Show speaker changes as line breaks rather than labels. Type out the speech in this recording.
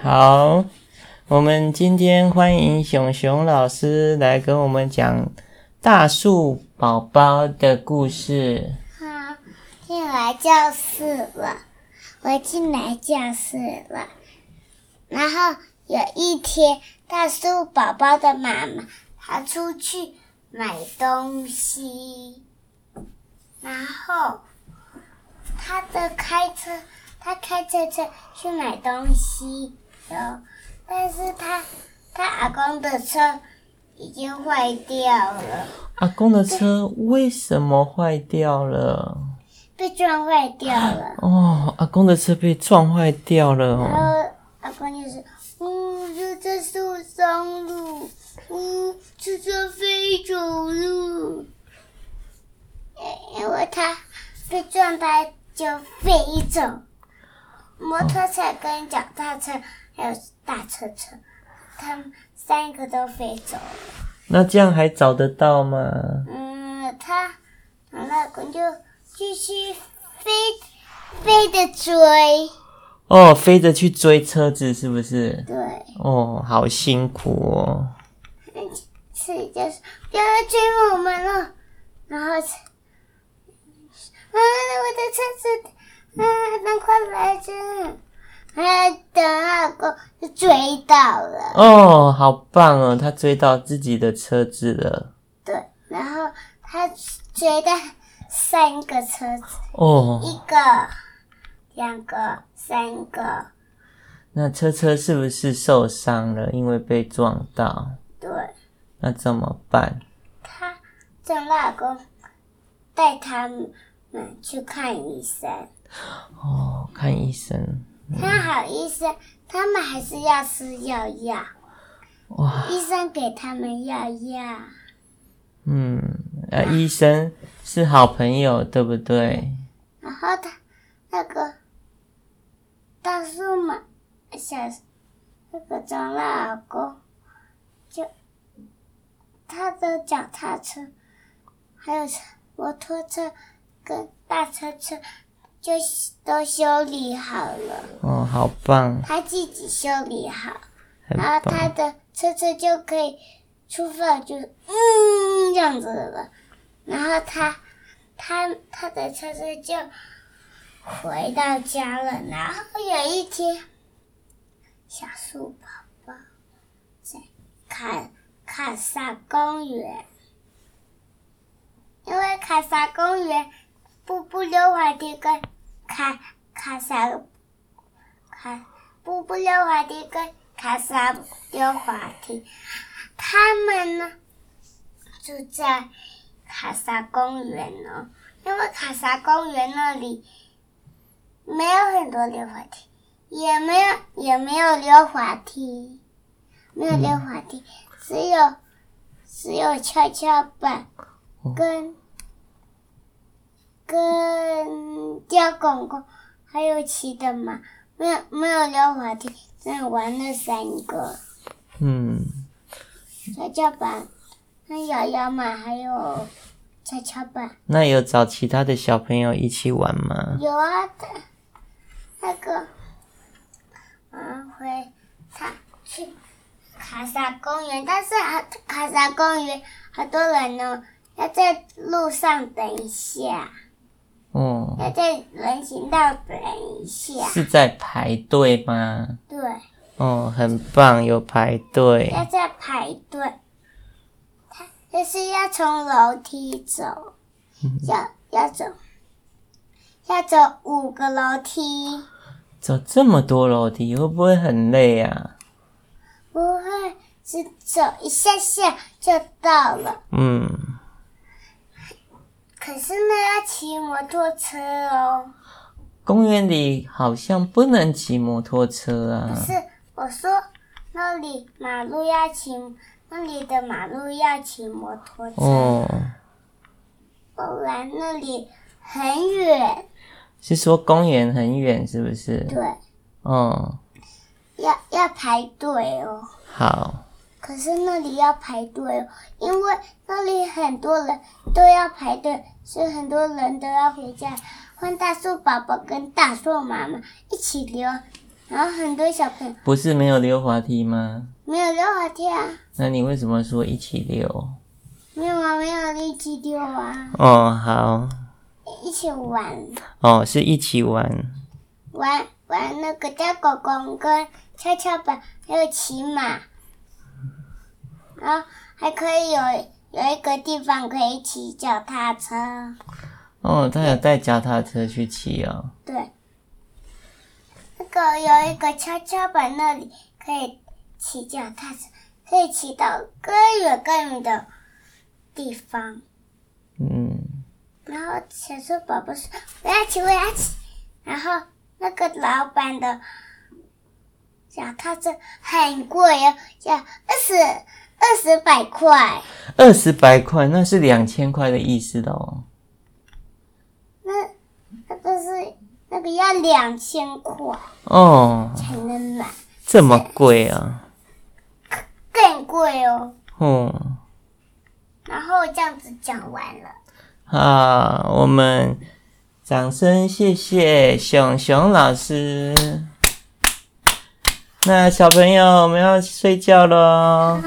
好，我们今天欢迎熊熊老师来跟我们讲大树宝宝的故事。
好，进来教室了，我进来教室了。然后有一天，大树宝宝的妈妈她出去买东西，然后她的开车，她开车车去买东西哟，但是她她阿公的车已经坏掉了，
阿公的车为什么坏掉了？
被撞坏掉了。
哦，阿公的车被撞坏掉了
然
哦。
后呃阿公就是，嗯呜、这这树松露，呜、这这嗯飞走路，因因为它被撞它就飞走。摩托车跟脚踏车还有大车车，他们三个都飞走了。
那这样还找得到吗？
嗯，他我老公就继续飞飞的追，
哦，飞着去追车子是不是？
对。
哦，好辛苦哦。
所以嗯就是不要再追我们了。然后是，啊，我的车子，啊，赶快来着！啊，等阿公就追到了，
哦，好棒哦！他追到自己的车子了。
对，然后他追到三个车子，
哦，
一个、两个、三个，
那车车是不是受伤了？因为被撞到，
对，
那怎么办？
他让阿公带他们去看医生。
哦，看医生。
那好医生，他们还是要吃药药。
哇，
医生给他们药药，
嗯，啊，医生是好朋友，对不对？
然后他那个大树嘛，小那个张老公就他的脚踏车，还有摩托车跟大车车就都修理好了，
哦，好棒，
他自己修理好，
很
然后啊他
棒。
的车车就可以出发，就是嗯这样子了。然后他他他的车车就回到家了。然后有一天，小树宝宝在卡卡萨公园，因为卡萨公园步步溜滑梯跟卡卡萨卡。步步溜滑梯跟卡萨溜滑梯，他们呢住在卡萨公园哦，因为卡萨公园那里没有很多溜滑梯，也没有也没有溜滑梯，没有溜滑梯，只有只有跷跷板跟跟吊拱拱，还有骑的马。没有没有溜滑梯，只有玩了三个
嗯，
跷跷板，那摇摇马还有跷跷板。
那有找其他的小朋友一起玩吗？
有啊，他那个，嗯，回他去卡萨公园，但是啊，卡萨公园好多人哦，要在路上等一下，
哦，
要在人行道等一下，
是在排队吗？
对，
哦，很棒，有排队。
要在排队。就是要从楼梯走，要要走，要走五个楼梯，
走这么多楼梯会不会很累啊？
不会只走一下下就到了。
嗯，
可是呢，要骑摩托车哦。
公园里好像不能骑摩托车啊。
可是我说那里马路要骑，那里的马路要骑摩托车，
哦，
不然那里很远。
是说公园很远是不是？
对，
哦，
要要排队哦。
好，
可是那里要排队哦，因为那里很多人都要排队，所以很多人都要回家。换大树宝宝跟大树妈妈一起溜，然后很多小朋友
不是没有溜滑梯吗？
没有溜滑梯啊，
那你为什么说一起溜？
没有啊，没有力气溜啊，
哦，好，
一起玩
哦，是一起玩。
玩玩那个大狗狗跟跷跷板，还有骑马，然后还可以有有一个地方可以骑脚踏车，
哦，他有带脚踏车去骑哦。
对，那个有一个跷跷板那里可以骑脚踏车，可以骑到更远更远的地方。
嗯，
然后小兔宝宝说：“我要骑，我要骑。”然后那个老板的脚踏车很贵哦，要二十二十百块。
二十百块，那是两千块的哦意思喽。
那那个是那个要两千块
哦，
才能买，
这么贵啊！
更贵哦。
哦，
然后这样子讲完了，
好，我们掌声谢谢熊熊老师。那小朋友，我们要睡觉喽。